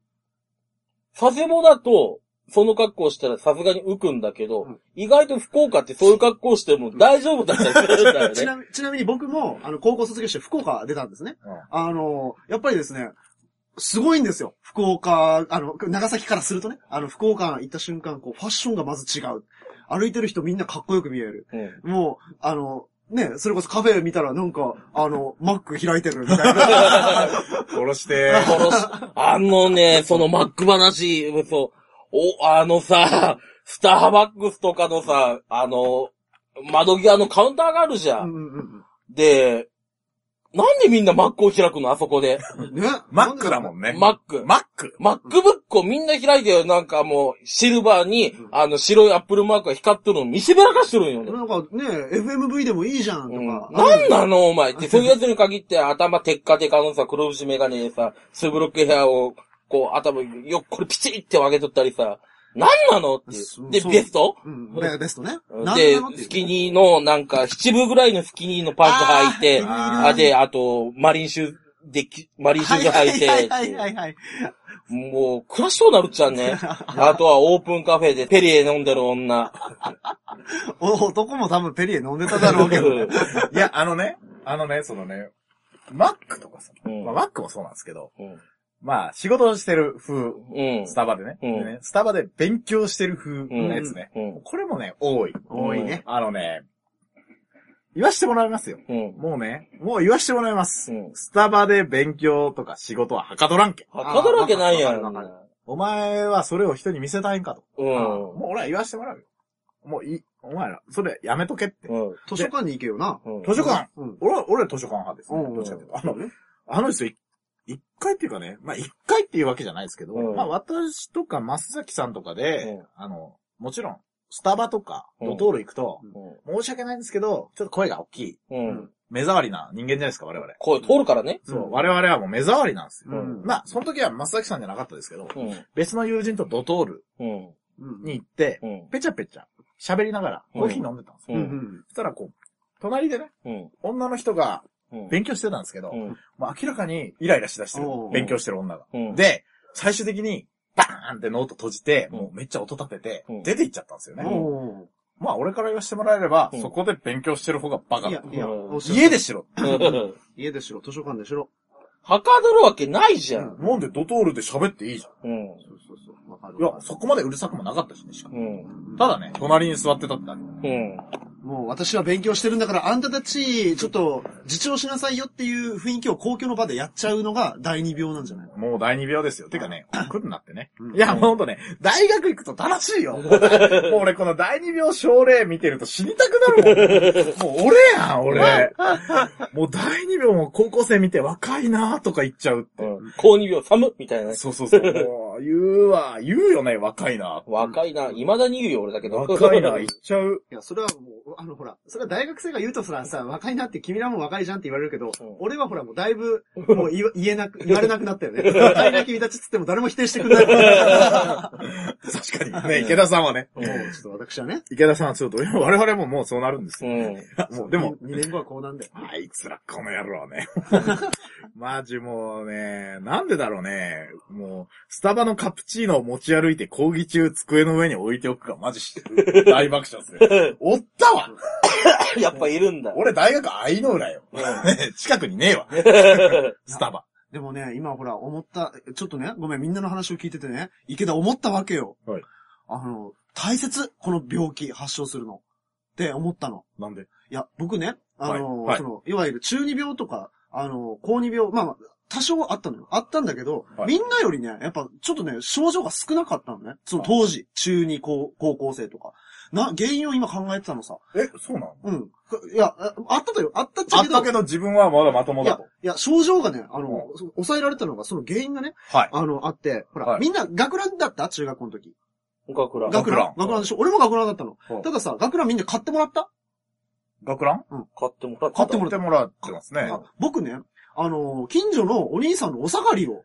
Speaker 2: 佐世保だと、その格好したらさすがに浮くんだけど、
Speaker 3: うん
Speaker 2: 意外と福岡ってそういう格好しても大丈夫だったりするんだよ
Speaker 3: うん ち
Speaker 2: ね。
Speaker 3: なみちなみに僕も、あの、高校卒業して福岡出たんですね。
Speaker 1: うん
Speaker 3: あの、やっぱりですね、すごいんですよ。福岡、あの、長崎からするとね、あの、福岡行った瞬間、こう、ファッションがまず違う。歩いてる人みんなかっこよく見える。
Speaker 2: うん
Speaker 3: もう、あの、ね、それこそカフェ見たらなんか、あの、マック開いてるみたい な。
Speaker 1: 殺して、
Speaker 2: 殺し、 あの ね、そのマック話、そう、お、あのさ、スターバックスとかのさ、あの、窓際のカウンターがあるじゃ。
Speaker 3: うんんうん
Speaker 2: で、なんでみんな Mac を開くのあそこで。
Speaker 3: うん。ね
Speaker 1: マックだも
Speaker 3: ん。
Speaker 1: んね。
Speaker 2: Mac。
Speaker 1: マック。
Speaker 2: MacBook をみんな開いてよ。なんかもう、シルバーに
Speaker 3: うん、
Speaker 2: あの、白い Apple マークが光っとるの見せびらかしてるんよね。
Speaker 3: なんかね、FMV でもいいじゃんと
Speaker 2: う
Speaker 3: か。
Speaker 2: ん
Speaker 3: あ
Speaker 2: なんなのお前って、そういう奴に限って頭テッカテカのさ、黒節メガネでさ、ツーブロックヘアを、こう、頭よっこれピチって上げとったりさ、なんなのっていう
Speaker 3: そう
Speaker 2: で、
Speaker 3: そう
Speaker 2: ベスト
Speaker 3: うん。ベベストね。なん
Speaker 2: で
Speaker 3: なのっ、ていう
Speaker 2: スキニーの、なんか、七分ぐらいのスキニーのパンツ履いて、
Speaker 1: あ
Speaker 2: あ、で、あと、マリンシュー、で、きマリンシューズ
Speaker 3: は
Speaker 2: 履
Speaker 3: い
Speaker 2: いて
Speaker 3: はいはいはいはい。
Speaker 2: もう、暮らしそうなるっちゃん ね。あとはオープンカフェでペリエ飲んでる女。
Speaker 3: お男も多分ペリエ飲んでただろうけどね。
Speaker 1: いや、あのね、あのね、そのね、マックとかさ、
Speaker 2: うん
Speaker 1: まあマックもそうなんですけど、
Speaker 2: うん
Speaker 1: まあ仕事をしてる風、
Speaker 2: うん
Speaker 1: ス。タバでね。
Speaker 2: うん
Speaker 1: でねスタバで勉強してる風のやつね。
Speaker 2: うん。
Speaker 1: これもね、多い。
Speaker 3: 多いね。
Speaker 1: あのね、言わしてもらいますよ。
Speaker 2: うん。
Speaker 1: もうね、もう言わしてもらいます。
Speaker 2: うん
Speaker 1: スタバで勉強とか仕事ははかどらんけ。
Speaker 2: はかどるわけないや
Speaker 3: あーわ
Speaker 2: ん
Speaker 3: かるわか。
Speaker 1: お前はそれを人に見せたいんかと。
Speaker 2: うん。
Speaker 1: もう俺は言わしてもらうよ。もういい、お前ら、それやめとけって。
Speaker 2: うん。
Speaker 3: 図書館に行けよな。
Speaker 2: うん
Speaker 1: 図書館
Speaker 3: うん。
Speaker 1: 俺は、俺は図書館派ですね。
Speaker 3: うん
Speaker 1: どっちかっていうと。あ
Speaker 3: そう
Speaker 1: の、
Speaker 3: ね
Speaker 1: あの人、い一回っていうかね、まあ一回っていうわけじゃないですけど、
Speaker 2: うん
Speaker 1: まあ私とか松崎さんとかで、
Speaker 2: うん
Speaker 1: あの、もちろん、スタバとか、
Speaker 2: うん
Speaker 1: ドトール行くと、
Speaker 2: うん
Speaker 1: 申し訳ないんですけど、ちょっと声が大きい。
Speaker 2: う
Speaker 3: うん
Speaker 2: ん。
Speaker 1: 目障りな人間じゃないですか、我々。
Speaker 2: 声通るからね。
Speaker 1: そう、
Speaker 3: うん
Speaker 1: 我々はもう目障りなんですよ。
Speaker 3: うん
Speaker 1: まあ、その時は松崎さんじゃなかったですけど、
Speaker 2: うん。
Speaker 1: 別の友人とドトール
Speaker 2: うん。
Speaker 3: うん。
Speaker 1: に行って、
Speaker 2: うん。
Speaker 1: ぺちゃぺちゃ喋りながらコーヒー飲んでたんですよ。
Speaker 2: う。
Speaker 3: うんん。
Speaker 1: そしたらこう、隣でね、
Speaker 2: うん。
Speaker 1: 女の人が
Speaker 2: うん。
Speaker 1: 勉強してたんですけど、
Speaker 2: うん。
Speaker 1: まあ明らかにイライラしだしてる
Speaker 3: お。う
Speaker 1: 勉強してる女が。
Speaker 2: うん。
Speaker 1: で、最終的に、バーンってノート閉じて、
Speaker 2: うん
Speaker 1: もうめっちゃ音立てて
Speaker 2: うん、
Speaker 1: 出て行っちゃったんですよね。
Speaker 3: お
Speaker 1: まあ俺から言わせてもらえれば、
Speaker 2: うん
Speaker 1: そこで勉強してる方がバカ
Speaker 3: ーい
Speaker 1: だ
Speaker 3: や。、いや、おっしゃる
Speaker 1: 家でしろ。
Speaker 2: うん
Speaker 3: 家でしろ、図書館でしろ。
Speaker 2: はかどるわけないじゃん。
Speaker 1: なんでドトールで喋っていいじゃ
Speaker 2: うん。
Speaker 3: そうそうそう。わかる。
Speaker 1: ん。いや、そこまでうるさくもなかったしね、しかも。
Speaker 2: うん。
Speaker 1: ただね、隣に座ってたってだけ。
Speaker 2: うん。
Speaker 3: もう私は勉強してるんだから、あんたたち、ちょっと、自重しなさいよっていう雰囲気を公共の場でやっちゃうのが第二病なんじゃない
Speaker 1: もう第二秒ですよ。てかね、来るなってね
Speaker 3: う。ん
Speaker 1: いや、もうほんとね、大学行くと楽しいよ。もう 俺この第二秒症例見てると死にたくなる もん。もう俺やん、俺。もう第二秒も高校生見て若いなとか言っちゃうって
Speaker 2: う。ん。高2秒寒っみたいなね。
Speaker 1: そうそうそう。もう言うわ、言うよね、若いな。
Speaker 2: 若いな。未だに言うよ、俺だけど。
Speaker 1: 若いな、言っちゃう。
Speaker 3: いや、それはもう、あの、ほら、それは大学生が言うとさ、さ、若いなって、君らも若いじゃんって言われるけど、
Speaker 2: うん
Speaker 3: 俺はほら、もうだい ぶ、もう言わ言えなく、言われなくなったよね。若いな君たちっつっても誰も否定して くれない。
Speaker 1: 確かに。ね、池田さんはね。
Speaker 2: う
Speaker 3: も
Speaker 2: ん
Speaker 3: う、ちょっと私 はね、
Speaker 1: 池田さんはちょっと、我々ももうそうなるんです
Speaker 2: う
Speaker 1: よ。も
Speaker 2: ん。
Speaker 1: う、でも、
Speaker 3: 2年後はこうなんだよ。
Speaker 1: あいつらこの野郎ね。 マジもうね、なんでだろうね。もう、スタバのカプチーノを持ち歩いて講義中机の上に置いておくか、マジしてる。大爆笑っすね。おったわ
Speaker 2: やっぱいるんだ。
Speaker 1: 俺大学愛の浦よ。 近くにねえわ。スタバ。
Speaker 3: でもね、今ほら、思った、ちょっとね、ごめん、みんなの話を聞いててね、池田思ったわけよ。
Speaker 1: はい
Speaker 3: あの、大切、この病気、発症するの。って思ったの。
Speaker 1: なんで
Speaker 3: いや、僕ね、あの、
Speaker 1: はいはい
Speaker 3: その、いわゆる中二病とか、あの、高二病、まあまあ、多少あったのよ。あったんだけど、
Speaker 1: はい
Speaker 3: みんなよりね、やっぱ、ちょっとね、症状が少なかったのね。その当時、中二高、高校生とか。な、原因を今考えてたのさ。
Speaker 1: え、そうなの
Speaker 3: うん。いや、ああっただよ。あったっち
Speaker 1: あ
Speaker 3: ゃ
Speaker 1: っ
Speaker 3: けど。
Speaker 1: たけど自分はまだまとも
Speaker 3: いや
Speaker 1: だと。、
Speaker 3: いや、症状がね、あの、そ抑えられたのが、その原因がね、
Speaker 1: はい。
Speaker 3: あの、あって、ほら、
Speaker 1: はい
Speaker 3: みんな学ランだった中学校の時。
Speaker 2: 岡倉。
Speaker 1: 学
Speaker 3: 学
Speaker 1: ラ
Speaker 3: ラ
Speaker 1: ン
Speaker 3: ン学ランでしょ俺も学ランだったの
Speaker 1: はい。
Speaker 3: たださ、学ランみんな買ってもらった
Speaker 1: 学ラン
Speaker 2: 買ってもらった。
Speaker 3: 買って
Speaker 1: 買
Speaker 3: も
Speaker 1: って
Speaker 3: らっ
Speaker 1: もらってますね。
Speaker 3: た。僕ね、あの、近所のお兄さんのお下がりを、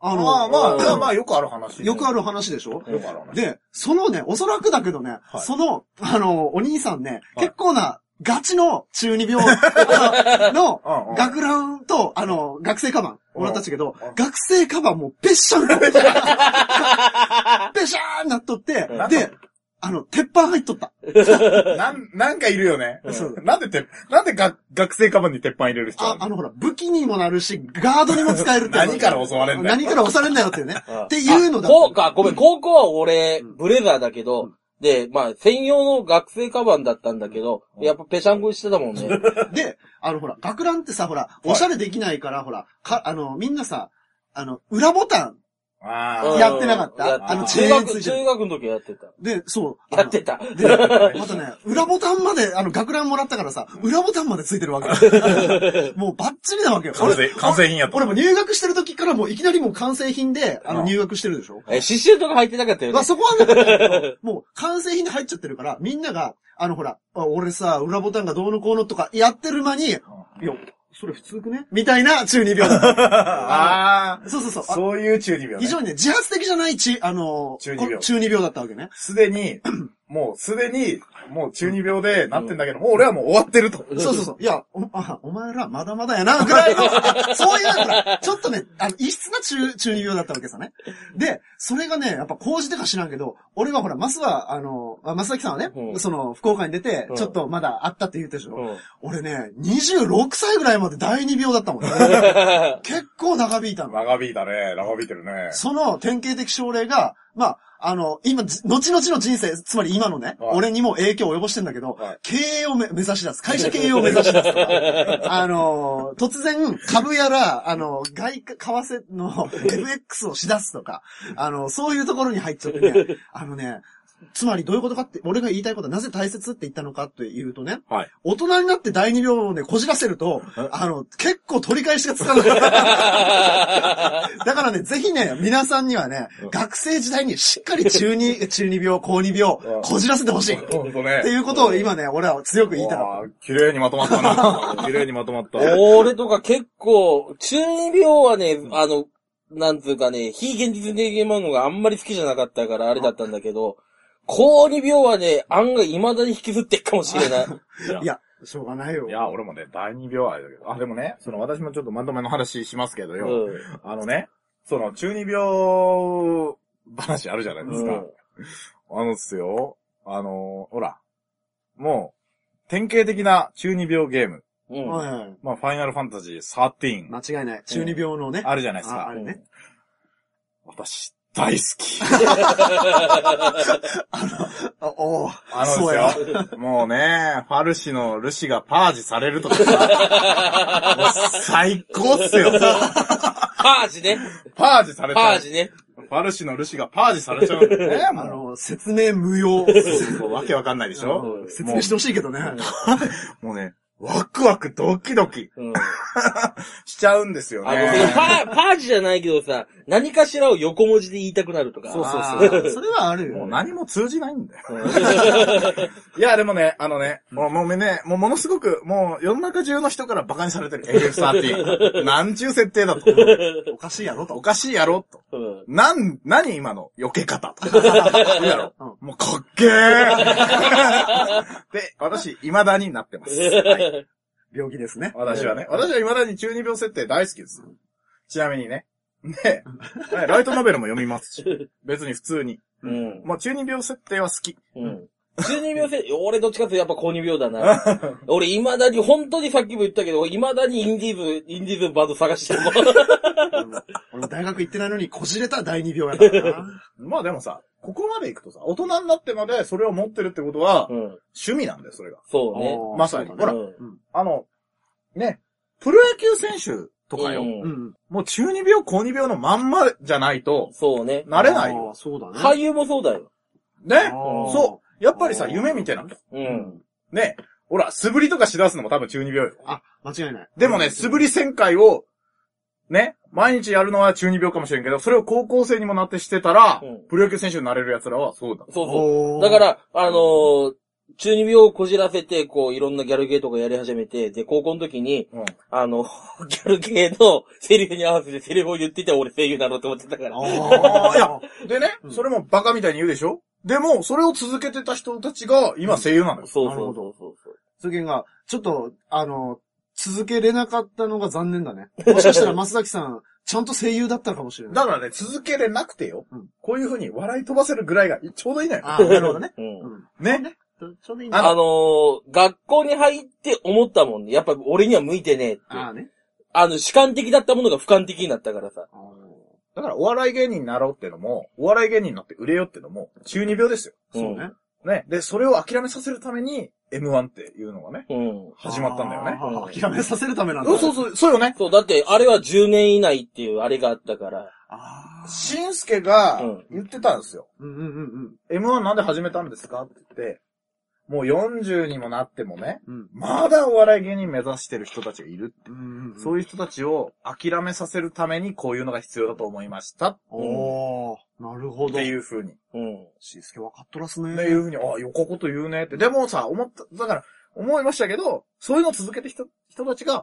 Speaker 3: あの、
Speaker 1: まあまあ、
Speaker 2: うん
Speaker 1: まあまあよくある話。
Speaker 3: よくある話でしょ
Speaker 1: よくある話。
Speaker 3: で、そのね、おそらくだけどね、
Speaker 1: はい
Speaker 3: その、あの、お兄さんね、
Speaker 1: はい
Speaker 3: 結構な、ガチの中二病 あの、
Speaker 1: うんうん
Speaker 3: 学ランと、あの、学生カバン、
Speaker 1: うん
Speaker 3: もらったっちゃけど
Speaker 1: うん、
Speaker 3: 学生カバンもうべっしゃんと、べっしゃーんなっ とって
Speaker 2: うん、
Speaker 3: で、あの、鉄板入っとった。
Speaker 1: なん、なんかいるよね。
Speaker 2: うん
Speaker 1: なんでて、なんでが学生カバンに鉄板入れる人な
Speaker 3: あ
Speaker 1: ん、だ
Speaker 3: あのほら、武器にもなるし、ガードにも使えるっていうの。
Speaker 1: 何から襲われんだよ
Speaker 3: 何から押されんだよっていうね。
Speaker 2: うん
Speaker 3: っていうのだ
Speaker 2: こうか、ごめん、高校は俺
Speaker 3: う、ん
Speaker 2: ブレザーだけど、
Speaker 3: うん
Speaker 2: で、まあ、専用の学生カバンだったんだけど、
Speaker 1: うん
Speaker 2: やっぱペシャンコしてたもんね。
Speaker 3: で、あのほら、学ランってさ、ほら、
Speaker 1: い
Speaker 3: おしゃれできないから、ほら、か、あの、みんなさ、あの、裏ボタン
Speaker 1: あ
Speaker 2: うん
Speaker 1: あ。
Speaker 3: やってなかった
Speaker 2: やて
Speaker 1: あの
Speaker 3: チェ
Speaker 2: 中
Speaker 3: ーン
Speaker 2: 学、
Speaker 3: ついてる
Speaker 2: 中学の時はやってた。
Speaker 3: で、そう。
Speaker 2: やってた。
Speaker 3: で、またね、裏ボタンまで、あの、学ランもらったからさ、裏ボタンまでついてるわ けよ。もうバッチリなわけよ。
Speaker 1: 完成、完成品やった。
Speaker 3: 俺も入学してる時からもういきなりもう完成品で、あ
Speaker 1: う
Speaker 3: の、
Speaker 1: ん
Speaker 3: 入学してるでしょ
Speaker 2: え、刺繍とか入ってなかったよね
Speaker 3: まあ。そこはね、もう完成品で入っちゃってるから、みんなが、あのほら、あ俺さ、裏ボタンがどうのこうのとかやってる間に、いや、それ普通くねみたいな中二病だった。
Speaker 1: ああ。
Speaker 3: そうそうそう。あ
Speaker 1: そういう中二病
Speaker 3: 非
Speaker 1: ね。
Speaker 3: 常にね、自発的じゃないち、あの、
Speaker 1: 中二病
Speaker 3: こ中二病だったわけね。
Speaker 1: すでに、もうすでに、もう中二病でなってんだけど、もう俺はもう終わってると。
Speaker 3: そうそうそう。いや、おあお前らまだまだやな、ぐらいの、あそういう、ほらちょっとね、あの、異質な中、中二病だったわけさね。で、それがね、やっぱ講じてか知らんけど、俺はほら、マスは、あの、あマスさんはね、
Speaker 2: うん
Speaker 3: その、福岡に出て
Speaker 2: う、ん
Speaker 3: ちょっとまだあったって言ってたでしょ。
Speaker 2: うん
Speaker 3: 俺ね、26歳ぐらいまで第二病だったもんね。結構長引いたの。
Speaker 1: 長引いたね。長引いてるね。
Speaker 3: その典型的症例が、まあ、あの、今、じ後々の人生、つまり今のね、
Speaker 1: はい
Speaker 3: 俺にも影響を及ぼしてんだけど、
Speaker 1: はい
Speaker 3: 経営をめ目指し出す。会社経営を目 指し出すとか、あの、突然、株やら、あの、外貨、為替の FX をし出すとか、あの、そういうところに入っちゃってね、あのね、つまりどういうことかって、俺が言いたいことはなぜ大切って言ったのかっていうとね、
Speaker 1: はい
Speaker 3: 大人になって第二病をね、こじらせると、あの、結構取り返しがつか ない。だからね、ぜひね、皆さんにはね、学生時代にしっかり 中二、中二病、高二病
Speaker 1: うん、
Speaker 3: こじらせてほしい。っ
Speaker 1: ほんと
Speaker 3: て
Speaker 1: ね。
Speaker 3: いうことを今ね、俺は強く言いたかっ
Speaker 1: わあ綺麗にまとまったな。綺麗にまとま った。
Speaker 2: 俺とか結構、中二病はね、あの、なんつうかね、非現実的なものがあんまり好きじゃなかったからあれだったんだけど、高二病はね、案外未だに引きずってっかもしれない。
Speaker 3: た。いや、しょうがないよ
Speaker 1: い。や、俺もね、第二秒はあれだけど。あ、でもね、その私もちょっとまとめの話しますけど
Speaker 2: う
Speaker 1: よ。
Speaker 2: ん。
Speaker 1: あのね、その中二病話あるじゃないですか。あのっすよ。あのーほら。もう、典型的な中二病ゲーム。
Speaker 2: うん。うん。
Speaker 3: はい
Speaker 1: まあ、ファイナルファンタジー13
Speaker 3: 間違いない。中二病のね。
Speaker 1: あるじゃないですか。
Speaker 3: ああれね
Speaker 1: 私、大好き。
Speaker 3: あおう
Speaker 1: あ
Speaker 3: そう
Speaker 1: の
Speaker 3: や
Speaker 1: ですよ。もうね、ファルシのルシがパージされるとかさ、 もう最高っすよ。
Speaker 2: パージね。
Speaker 1: パージされち
Speaker 2: パ
Speaker 1: ゃう
Speaker 2: ー。ジね。
Speaker 1: ファルシのルシがパージされ ちゃうんだよね。
Speaker 3: あの、説明無用。
Speaker 1: もうわけわかんないでしょ
Speaker 2: うん
Speaker 3: 説明してほしいけどね。
Speaker 1: もうね、ワクワクドキドキ
Speaker 2: うん。
Speaker 1: しちゃうんですよ
Speaker 2: あの、そのパ
Speaker 1: ね。
Speaker 2: ー、パージじゃないけどさ、何かしらを横文字で言いたくなるとか。
Speaker 1: そうそう
Speaker 3: あーそれはある
Speaker 1: も
Speaker 3: よ
Speaker 1: う。何も通じないんだよ。
Speaker 2: うん
Speaker 1: いや、でもね、あのね、もうもうね、もうものすごく、もう世の中中の人からバカにされてる AF13。なんちゅう設定だと。
Speaker 3: おかしいやろと
Speaker 1: お。かしいやろと。
Speaker 2: うん。
Speaker 1: なん、何今の避け方と。いいやろ。もうかっけ ーで、私、未だになってます。はい
Speaker 3: 病気ですね。
Speaker 1: 私はね。私は未だに中二病設定大好きです。ちなみにね。で、はいライトノベルも読みますし。別に普通に。
Speaker 2: うん。
Speaker 1: まあ中二病設定は好き。
Speaker 2: うん。中二病せ、俺どっちかっていうとやっぱ高二病だな。俺未だに、本当にさっきも言ったけど、俺未だにインディーズ、インディーズバンド探してるもん。
Speaker 3: 俺も大学行ってないのにこじれた第二病やからな。
Speaker 1: まあでもさ、ここまで行くとさ、大人になってまでそれを持ってるってことは、
Speaker 2: うん。
Speaker 1: 趣味なんだよ、それが。
Speaker 2: そう ね。
Speaker 3: おー
Speaker 1: まさに
Speaker 3: そう
Speaker 1: ほ
Speaker 3: だ
Speaker 1: ら
Speaker 3: ね
Speaker 2: うん
Speaker 1: あの、ね、プロ野球選手とかよ、
Speaker 2: うん
Speaker 3: うん。
Speaker 1: もう中二病、高二病のまんまじゃないと、
Speaker 2: そうね。
Speaker 1: なれないよ。
Speaker 3: あー。そうだね。
Speaker 2: 俳優もそうだよ。
Speaker 1: ね
Speaker 3: あー
Speaker 1: そう。やっぱりさ、
Speaker 3: あー
Speaker 1: 夢見てなきゃ。
Speaker 2: うん。
Speaker 1: ね。ほら、素振りとかしだすのも多分中二病よ。
Speaker 3: あ、間違いない。
Speaker 1: でもね、素振り旋回を、ね、毎日やるのは中二病かもしれんけど、それを高校生にもなってしてたら、
Speaker 2: うん
Speaker 1: プロ野球選手になれる奴らはそうだ。
Speaker 2: そうそう。
Speaker 3: おー
Speaker 2: だか、ら、あのー中二病をこじらせて、こう、いろんなギャルゲーとかやり始めて、で、高校の時に、
Speaker 1: うん。
Speaker 2: あの、 ギャルゲーのセリフに合わせてセリフを言ってたら俺声優だろうと思ってたから。
Speaker 3: あー
Speaker 1: いや、でね、
Speaker 3: うん
Speaker 1: それもバカみたいに言うでしょでも、それを続けてた人たちが、今声優なのよ。
Speaker 2: そう
Speaker 3: なる
Speaker 2: そ
Speaker 3: ほ
Speaker 2: うそ
Speaker 3: ど
Speaker 2: うそうそう。
Speaker 3: それが、ちょっと、あの、続けれなかったのが残念 だね。もしかしたら松崎さん、ちゃんと声優だったかもしれない。
Speaker 1: だからね、続けれなくてよ、
Speaker 3: うん
Speaker 1: こういう風に笑い飛ばせるぐらいがちょうどいいのよ。
Speaker 3: あーなるほどね。
Speaker 2: うん
Speaker 3: う。ん。
Speaker 1: ね。
Speaker 3: ちょうどいい
Speaker 1: あ
Speaker 3: な。
Speaker 2: あのー学校に入って思ったもんね。やっぱ俺には向いてねえって。
Speaker 3: ああね。
Speaker 2: あの、主観的だったものが俯瞰的になったからさ。
Speaker 3: あー
Speaker 1: だから、お笑い芸人になろうってのも、お笑い芸人になって売れよってのも、中二病ですよ。
Speaker 3: そうね。
Speaker 1: ね。で、それを諦めさせるために、M1 っていうのがね、
Speaker 2: うん。
Speaker 1: 始まったんだよね。
Speaker 3: あー諦めさせるためなんだ。
Speaker 1: そうそうそう、そうよね。
Speaker 2: そう、だって、あれは10年以内っていうあれがあったから。
Speaker 3: あー
Speaker 1: しんすけが
Speaker 2: うん
Speaker 1: 言ってたんですよ。
Speaker 3: うんうんうん
Speaker 1: M1 なんで始めたんですかって言って、もう40にもなってもね、
Speaker 3: うん。
Speaker 1: まだお笑い芸人目指してる人たちがいる。
Speaker 3: うん。
Speaker 1: そういう人たちを諦めさせるためにこういうのが必要だと思いました。っ
Speaker 3: おー、なるほど。。
Speaker 1: ていうう風に。っ
Speaker 2: うん。
Speaker 3: しんすけ分かっとらすね。
Speaker 1: ていう風に、あ、よかこと言うねって。でもさ、思った、だから、思いましたけど、そういうのを続けてきた人たちが、
Speaker 3: うん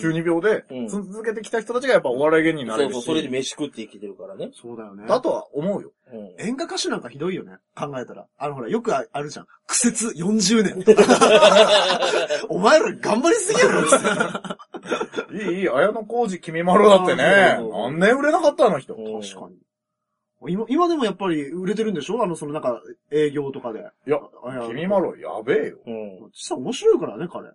Speaker 1: 中二病で
Speaker 2: う、ん
Speaker 1: 続けてきた人たちがやっぱお笑い芸人にな
Speaker 2: そ
Speaker 1: れ
Speaker 2: う
Speaker 1: る
Speaker 2: そう、
Speaker 1: し、
Speaker 2: それで飯食って生きてるからね。
Speaker 3: そうだよね。
Speaker 1: だとは思うよ。
Speaker 2: うん。
Speaker 3: 演歌歌手なんかひどいよね。考えたら。あのほら、よくああるじゃん。苦節40年 とか。お前ら頑張りすぎやろつって
Speaker 1: いい、いい、綾小路君丸だって
Speaker 2: あ
Speaker 1: ね
Speaker 2: そうそう、そう
Speaker 1: 何年売れなかったあの人。
Speaker 2: うん
Speaker 3: 確かに。今、今でもやっぱり売れてるんでしょあの、そのなんか、営業とかで。
Speaker 1: いや
Speaker 3: あや
Speaker 1: 君まろやべえよ。
Speaker 2: うん。
Speaker 3: 実は面白いからね、彼。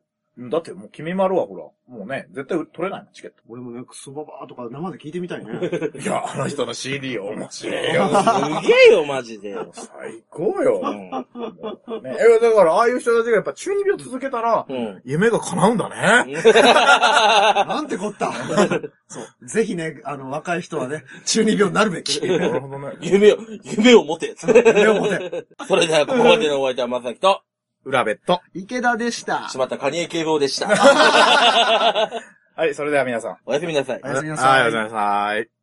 Speaker 1: だってもう君まろはほら、もうね、絶対取れないの、チケッ
Speaker 3: 俺もね、クソババーとか生で聞いてみた いね。
Speaker 1: ト。いや、あの人の CD 面白い
Speaker 2: い
Speaker 1: よ。
Speaker 2: やすげえよ、マジで。う
Speaker 1: 最高よ。
Speaker 2: ん。
Speaker 1: ね、え、だから、ああいう人たちがやっぱ中二病続けたら、
Speaker 2: うん。
Speaker 1: 夢が叶うんだね。
Speaker 3: なんてこ った。そう。ぜひね、あの、若い人はね、中二病になるべ き。
Speaker 1: なるほどね。
Speaker 2: 夢を、夢を持て。
Speaker 3: 夢を持て。
Speaker 2: それでは、ここまでのお相手はまさきと、
Speaker 1: 裏ベッド。
Speaker 3: 池田でした。
Speaker 2: しまったカニエ警棒でした。
Speaker 1: はい、それでは皆さん。
Speaker 2: おやすみなさい。
Speaker 3: おやすみな
Speaker 1: は
Speaker 3: さ
Speaker 1: い、おや
Speaker 3: い
Speaker 1: すみ。なさい。